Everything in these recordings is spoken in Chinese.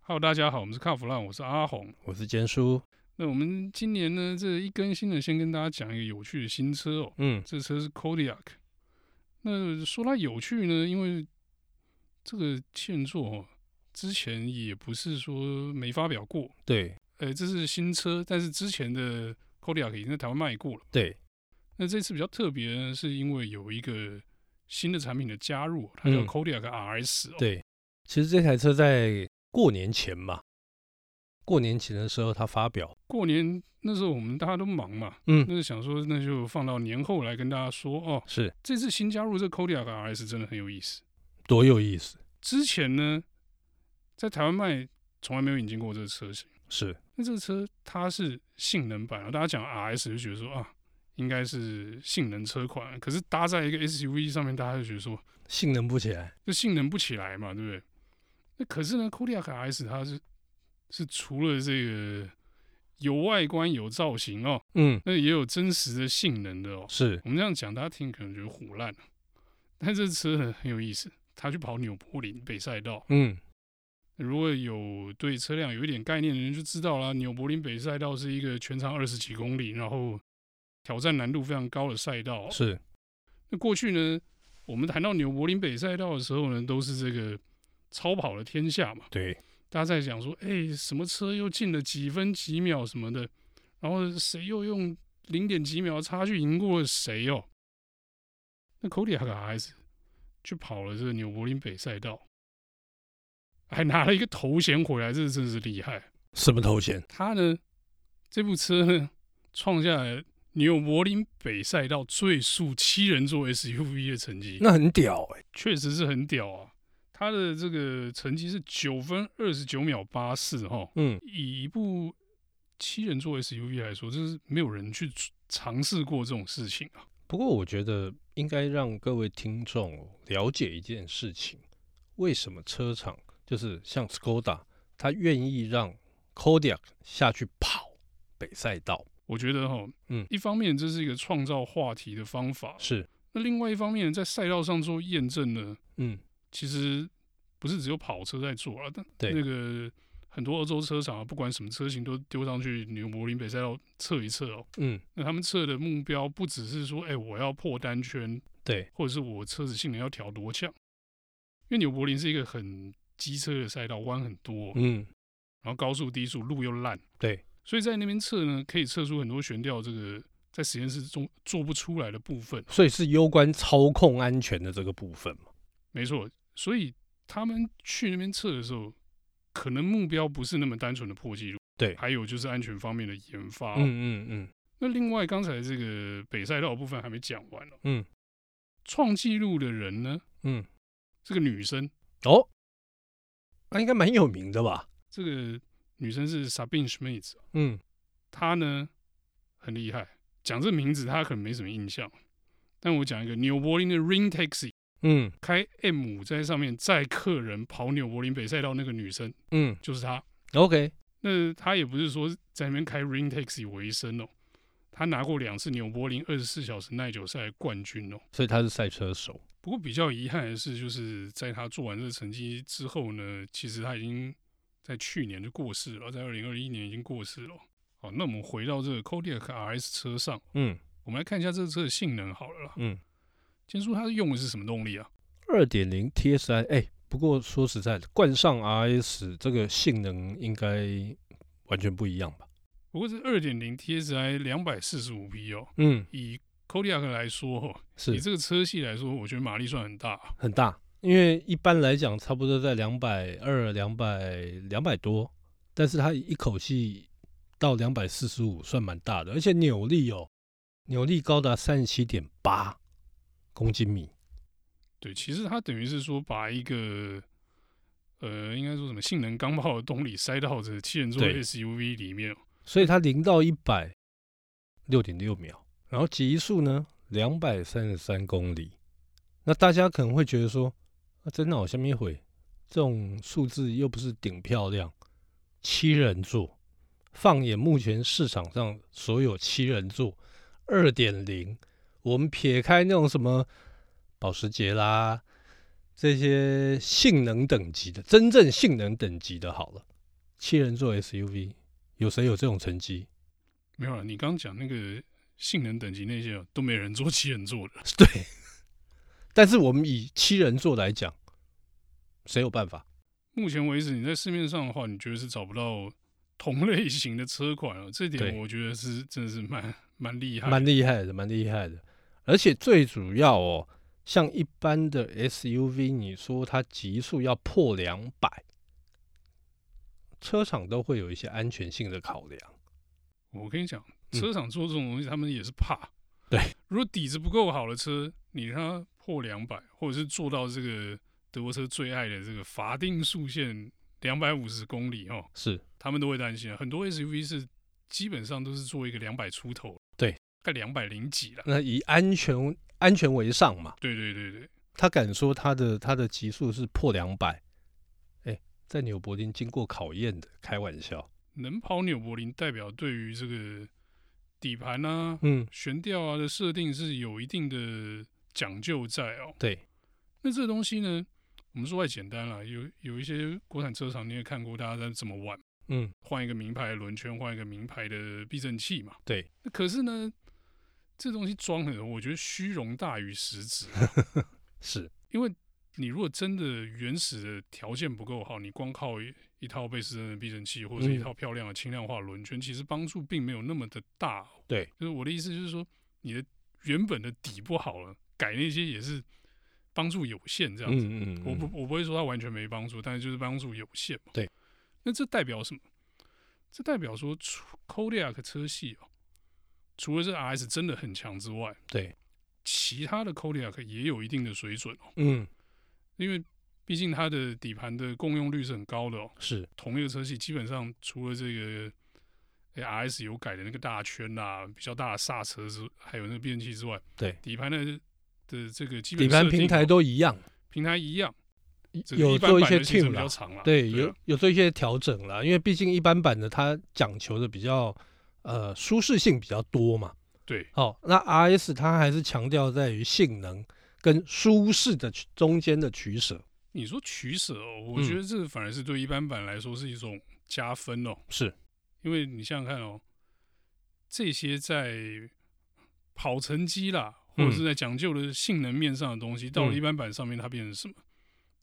Hello，大家好，我们是卡弗浪，我是阿红。我是坚叔。那我们今年呢，这一更新呢，先跟大家讲一个有趣的新车哦。嗯，这车是 Kodiak。那说它有趣呢，因为这个现作哦，之前也不是说没发表过，对呃，这是新车，但是之前的 Kodiak 已经在台湾卖过了。对，那这次比较特别呢，是因为有一个新的产品的加入，哦它叫嗯 Kodiak RS 哦。对其实这台车在过年前嘛，过年前的时候它发表，过年那时候我们大家都忙嘛，嗯，那想说那就放到年后来跟大家说哦。是这次新加入这 Kodiak RS 真的很有意思。多有意思，之前呢，在台湾卖从来没有引进过这个车型。是那这个车它是性能版，啊大家讲 RS 就觉得说啊，应该是性能车款，可是搭在一个 SUV 上面，大家就觉得说性能不起来，这性能不起来嘛，对不对？那可是呢，Kodiak RS 它是是除了这个有外观有造型哦，嗯，那也有真实的性能的哦。是我们这样讲，大家听可能觉得虎烂，但这车很很有意思。它去跑纽柏林北赛道，嗯如果有对车辆有一点概念的人就知道啦。纽柏林北赛道是一个全长二十几公里，然后挑战难度非常高的赛道哦。是那过去呢，我们谈到纽柏林北赛道的时候呢，都是这个超跑的天下嘛。对大家在讲说，哎、什么车又进了几分几秒什么的，然后谁又用零点几秒的差距赢过了谁哦？那 Kodiak 啊 RS 去跑了这个纽柏林北赛道，还拿了一个头衔回来，这真的是厉害。什么头衔？他呢，这部车呢，创下了纽柏林北赛道最速七人座 SUV 的成绩，那很屌哎、确实是很屌啊。他的这个成绩是九分二十九秒八四哦哈，嗯，以一部七人座 SUV 来说，就是没有人去尝试过这种事情啊。不过我觉得应该让各位听众哦了解一件事情：为什么车厂就是像 Skoda，它愿意让 Kodiaq 下去跑北赛道？我觉得哈，嗯一方面这是一个创造话题的方法，是，那另外一方面在赛道上做验证呢，嗯，其实不是只有跑车在做啊了，但对那个很多欧洲车厂啊，不管什么车型都丢上去纽柏林北赛道测一测哦。嗯，那他们测的目标不只是说，哎、我要破单圈，对，或者是我车子性能要调多强，因为纽柏林是一个很机车的赛道，弯很多，嗯，然后高速低速路又烂，对，所以在那边测呢，可以测出很多悬吊这个在实验室中做不出来的部分。所以是攸关操控安全的这个部分嘛？没错，所以他们去那边测的时候，可能目标不是那么单纯的破纪录，对还有就是安全方面的研发。嗯嗯嗯，那另外刚才这个北赛道的部分还没讲完哦嗯，创纪录的人呢，嗯，这个女生，哦，那、应该蛮有名的吧？这个女生是 Sabine Schmitz，哦嗯，她呢很厉害。讲这名字，她可能没什么印象，但我讲一个纽柏林的 Ring Taxi 嗯开 M 五在上面载客人跑纽柏林北赛道那个女生嗯就是她。 ，OK，那他也不是说在那边开 Ring Taxi 为生哦，他拿过两次纽柏林二十四小时耐久赛的冠军哦。所以他是赛车手。不过比较遗憾的是，就是在他做完这个成绩之后呢，其实他已经在去年就过世了，在二零二一年已经过世了。好，那我们回到这个 Kodiaq RS 车上，嗯我们来看一下这个车的性能好了啦。嗯，先说它用的是什么动力啊？二点零 TSI，哎，不过说实在的，冠上 RS 这个性能应该完全不一样吧？不过是二点零 TSI 两百四十五匹哦，嗯，以 Kodiaq 来说、哦，以是这个车系来说，我觉得马力算很大啊、很大，因为一般来讲差不多在两百二、两百两百多，但是它一口气到两百四十五，算蛮大的，而且扭力哦，扭力高达三十七点八公斤米，对，其实它等于是说把一个呃，应该说什么性能钢炮的动力塞到这七人座的对 SUV 里面哦，所以它零到一百六点六秒，然后极速呢两百三十三公里。那大家可能会觉得说，啊、真的好像一回，这种数字又不是顶漂亮，七人座，放眼目前市场上所有七人座二点零，我们撇开那种什么保时捷啦。这些性能等级的，真正性能等级的，好了，七人座 SUV，有谁有这种成绩？ 没有啊，你刚刚讲那个性能等级那些哦都没人做 七人座的，对，但是我们以七人座来讲，谁有办法？目前为止你在市面上的话，你觉得是找不到同类型的车款哦，这点对我觉得是真的是蛮蛮厉害的，蛮厉害的，蛮厉害的。而且最主要哦，像一般的 SUV，你说它极速要破两百，车厂都会有一些安全性的考量。我跟你讲，嗯车厂做这种东西，他们也是怕。对，如果底子不够好的车，你让它破两百，或者是做到这个德国车最爱的这个法定速限两百五十公里哦，是他们都会担心啊。很多 SUV 是基本上都是做一个两百出头，对，大概两百零几了。那以安全安全为上嘛，对对对对，他敢说他的他的极速是破两百，哎，在纽柏林经过考验的，开玩笑。能跑纽柏林，代表对于这个底盘啊、嗯，悬吊啊的设定是有一定的讲究在哦。对，那这个东西呢，我们说太简单了，有有一些国产车厂你也看过，大家在怎么玩，嗯，换一个名牌的轮圈，换一个名牌的避震器嘛。对，那可是呢，这东西装的，我觉得虚荣大于实质，是因为你如果真的原始的条件不够好，你光靠一一套贝斯登的避震器或者一嗯套漂亮的轻量化轮圈，其实帮助并没有那么的大哦。对，就是我的意思就是说，你的原本的底不好了，改那些也是帮助有限这样子。嗯嗯嗯，我不我不会说它完全没帮助，但是就是帮助有限嘛。对，那这代表什么？这代表说除，Kodiak 车系哦，除了这 RS 真的很强之外，对，其他的 Kodiak 也有一定的水准哦，嗯因为毕竟它的底盘的共用率是很高的哦。是同一个车系基本上除了这个。诶 RS 有改的那个大圈啦、比较大的刹车之，还有那个变器之外，对底盘的的这个基本底盘设定平台哦都一样，平台一样，只是有一般做一版些的行程 tune 比较啦，长啦，对，啊有有做一些调整啦，因为毕竟一般版的它讲求的比较呃舒适性比较多嘛。对哦，那 RS 它还是强调在于性能跟舒适的取中间的取舍。你说取舍、哦，我嗯觉得这反而是对一般版来说是一种加分哦，是，因为你想想看哦，这些在跑成绩啦，或者是在讲究的性能面上的东西，到了嗯一般版上面，它变成什么？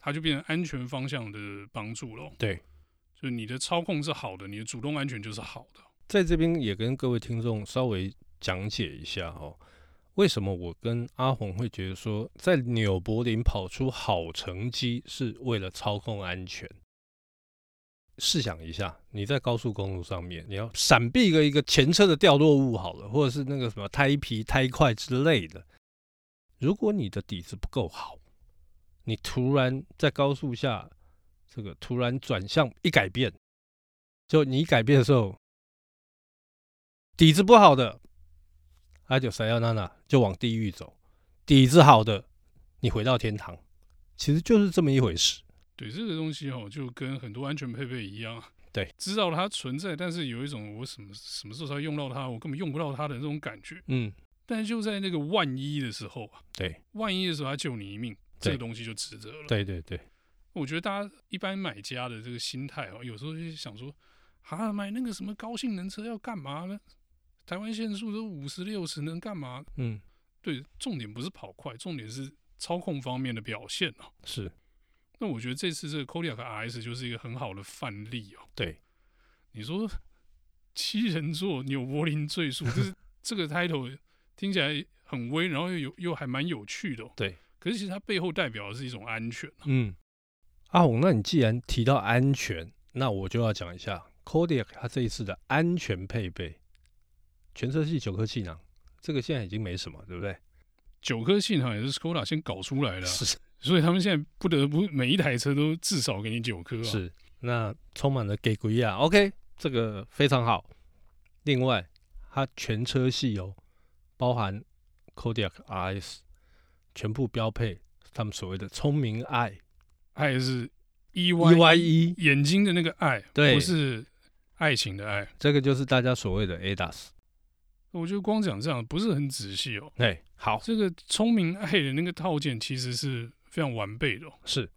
它就变成安全方向的帮助咯。对，就是你的操控是好的，你的主动安全就是好的。在这边也跟各位听众稍微讲解一下哦，为什么我跟阿红会觉得说，在纽柏林跑出好成绩是为了操控安全。试想一下，你在高速公路上面，你要闪避一个一个前车的掉落物好了，或者是那个什么胎皮、胎块之类的。如果你的底子不够好，你突然在高速下，这个突然转向一改变，就你一改变的时候，底子不好的，他就塞要娜娜就往地狱走；底子好的，你回到天堂，其实就是这么一回事。对这个东西哦，就跟很多安全配备一样，对，知道它存在，但是有一种我什么什么时候才会用到它，我根本用不到它的那种感觉。嗯，但是就在那个万一的时候啊，对，万一的时候它救你一命，这对个东西就值得了。对对对，我觉得大家一般买家的这个心态哦，有时候就想说，啊，买那个什么高性能车要干嘛呢？台湾限速都五十六十，能干嘛？嗯，对，重点不是跑快，重点是操控方面的表现哦。是那我觉得这次这个 Kodiaq RS 就是一个很好的范例哦。对，你说七人座纽柏林赘述，就是 这个 title 听起来很威，然后又有又还蛮有趣的、哦。对，可是其实它背后代表的是一种安全哦、嗯。阿红，那你既然提到安全，那我就要讲一下 Kodiak 它这一次的安全配备，全车系九颗气囊，这个现在已经没什么，对不对？九颗信好也是 Skoda 先搞出来的啊、是所以他们现在不得不每一台车都至少给你九颗、啊。，是，那充满了给鬼啊，OK，这个非常好。另外，它全车系有包含 Kodiak RS，全部标配他们所谓的聪明爱它也是 E Y EYE，眼睛的那个爱，对不是爱情的爱。这个就是大家所谓的 ADAS。我觉得光讲这样不是很仔细哦。哎，好，这个聪明爱的那个套件其实是非常完备的、哦，是，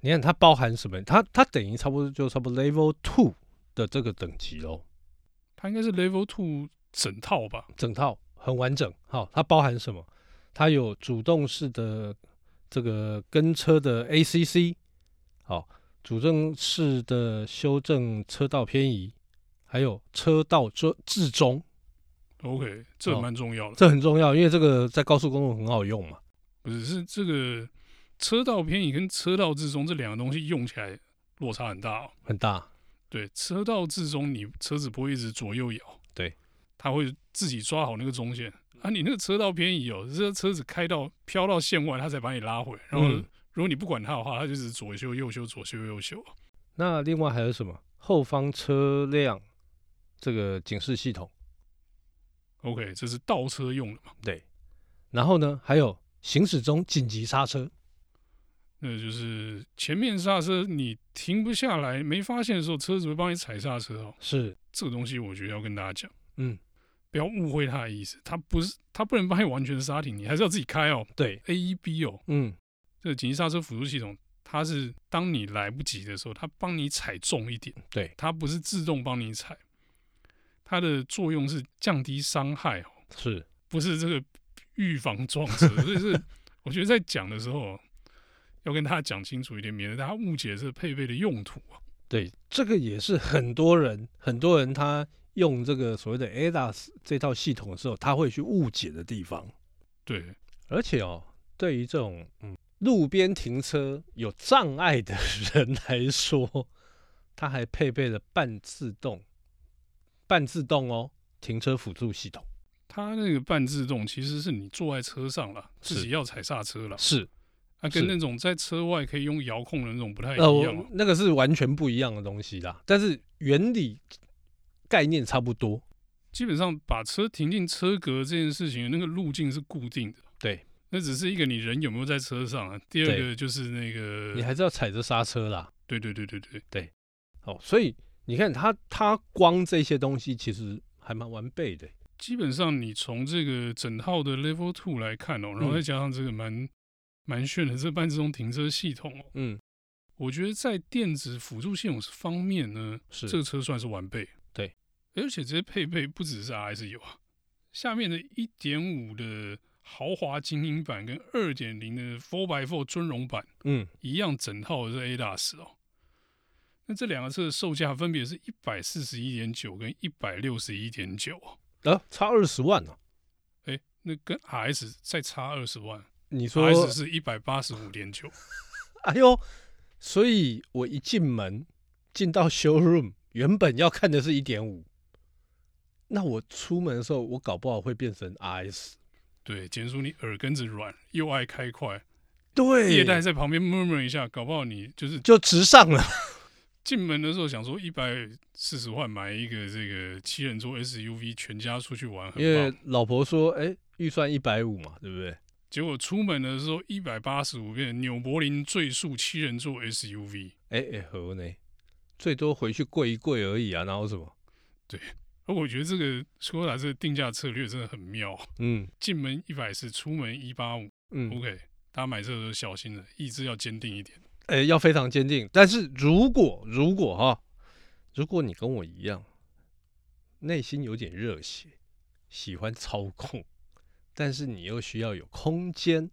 你看它包含什么？它它等于差不多就差不多 Level Two 的这个等级哦喽，它应该是 Level Two 整套吧？整套很完整。好，它包含什么？它有主动式的这个跟车的 ACC，好，主动式的修正车道偏移，还有车道中至中， OK，这哦蛮重要的。这很重要，因为这个在高速公路很好用嘛。不是是这个车道偏移跟车道之中这两个东西用起来落差很大、哦。很大，对，车道之中你车子不会一直左右摇，对，它会自己抓好那个中线。啊，你那个车道偏移哦，这车子开到飘到线外，它才把你拉回。然后嗯如果你不管它的话，它就是左修右修左修右修。那另外还有什么？后方车辆这个警示系统， OK，这是倒车用的嘛？对。然后呢，还有行驶中紧急刹车，那就是前面刹车你停不下来，没发现的时候，车子会帮你踩刹车哦。是，这个东西我觉得要跟大家讲，嗯，不要误会它的意思，它不是它不能帮你完全刹停，你还是要自己开哦。对， AEB 哦，嗯，这个紧急刹车辅助系统，它是当你来不及的时候，它帮你踩重一点，对，它不是自动帮你踩，它的作用是降低伤害哦，是，不是这个预防撞车，所以是我觉得在讲的时候哦要跟大家讲清楚一点，免得大家误解这配备的用途啊。对，这个也是很多人，很多人他用这个所谓的 ADAS 这套系统的时候，他会去误解的地方。对，而且哦，对于这种嗯路边停车有障碍的人来说，它还配备了半自动、半自动哦停车辅助系统。它那个半自动其实是你坐在车上了，是自己要踩刹车了，是，啊，跟是那种在车外可以用遥控的那种不太一呃，样、我哦。那个是完全不一样的东西啦，但是原理概念差不多。基本上把车停进车格这件事情，那个路径是固定的。对，那只是一个你人有没有在车上啊。第二对个就是那个你，还是要踩着刹车啦。对对对对对，哦，所以你看它，它光这些东西其实还蛮完备的。基本上你从这个整套的 Level Two 来看嗯哦，然后再加上这个蛮蛮炫的这半自动停车系统哦，嗯，我觉得在电子辅助系统方面呢，是这个车算是完备。对，而且这些配备不只是 RS 有啊，下面的1.5的豪华精英版跟2.0的 4x4 尊荣版嗯，一样，整套的是 ADAS 哦。那这两个车的售价分别是141.9跟161.9哦，呃，差二十万哦、哎，那跟 RS 再差二十万你说，RS 是185.9，哎呦，所以我一进门进到 showroom，原本要看的是一点五，那我出门的时候，我搞不好会变成 RS。对，简叔你耳根子软，又爱开快，对业代在旁边 murmur 一下，搞不好你就是就直上了。进门的时候想说一百四十万买一个这个七人座 SUV，全家出去玩很因为棒。老婆说，哎、预算一百五嘛，对不对？结果出门的时候一百八十五变成纽柏林最速七人座 SUV，哎、哎、何呢？最多回去跪一跪而已啊，然后什么？而我觉得这个斯柯达这个定价策略真的很妙，嗯进门一百四，出门一八五。嗯， OK，大家买车的时候小心了，意志要坚定一点。哎、要非常坚定。但是如果如果哈，如果你跟我一样，内心有点热血，喜欢操控，但是你又需要有空间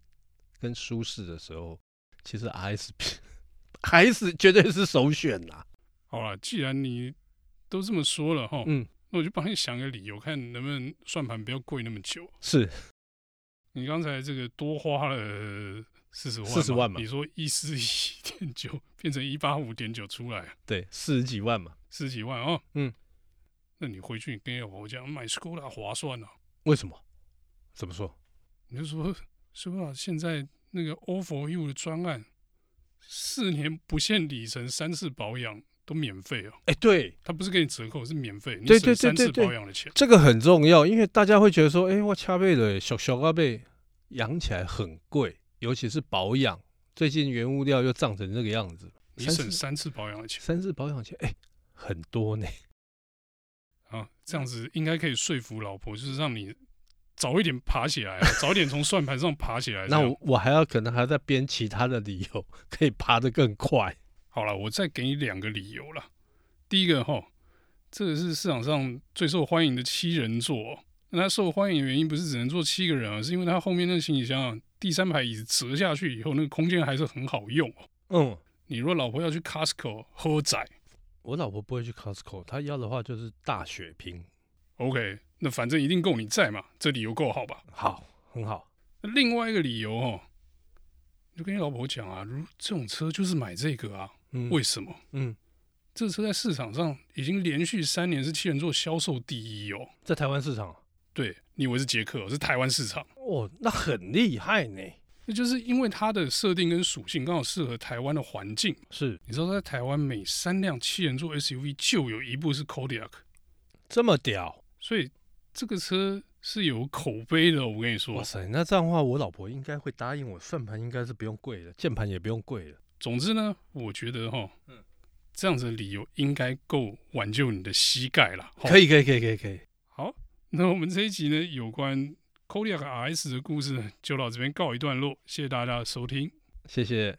跟舒适的时候，其实 S P 还是 绝对是首选啦、好了，既然你都这么说了哈，嗯，那我就帮你想个理由，看能不能算盘不要跪那么久。是你刚才这个多花了四十万， 40万嘛你说一四一点九变成一八五点九出来，对，四十几万嘛？十几万哦。嗯，那你回去你跟我讲买 Skoda 划算啊，为什么？怎么说？你就说 Skoda 现在那个 o f o U 的专案，四年不限里程，三次保养都免费哦，哎、对，它不是给你折扣，是免费，你对省对对三次对对保养的钱。这个很重要，因为大家会觉得说，哎、我掐背的小小阿贝养起来很贵，尤其是保养。最近原物料又涨成这个样子，你三省次三次保养的钱三次保养钱，哎、很多呢。啊，这样子应该可以说服老婆，就是让你早一点爬起来啊，早一点从算盘上爬 起来。那这样我我还要可能还要再编其他的理由， 可以爬得更快。好了，我再给你两个理由了。第一个哈，这个是市场上最受欢迎的七人座哦、那它受欢迎的原因不是只能坐七个人啊，是因为它后面那个行李箱啊，第三排椅子折下去以后，那个空间还是很好用哦。嗯，你如果老婆要去 Costco 喝仔我老婆不会去 Costco，她要的话就是大血拼， ，OK，那反正一定够你在嘛，这理由够好吧？好，很好。那另外一个理由哦，你就跟你老婆讲啊，如这种车就是买这个啊，嗯，为什么？嗯，这车在市场上已经连续三年是七人座销售第一哦。在台湾市场，对你以为是捷克哦，是台湾市场，哦，那很厉害呢。那就是因为它的设定跟属性刚好适合台湾的环境。是你知道，在台湾每三辆七人座 SUV 就有一部是 Kodiak，这么屌，所以这个车是有口碑的哦。我跟你说哇，塞！那这样的话，我老婆应该会答应我，算盘应该是不用贵了，键盘也不用贵了。总之呢，我觉得哈嗯，这样子的理由应该够挽救你的膝盖了。吼可以，可以，可以，可以，可以。好，那我们这一集呢，有关 Kodiak RS 的故事呢就到这边告一段落，谢谢大家的收听。谢谢。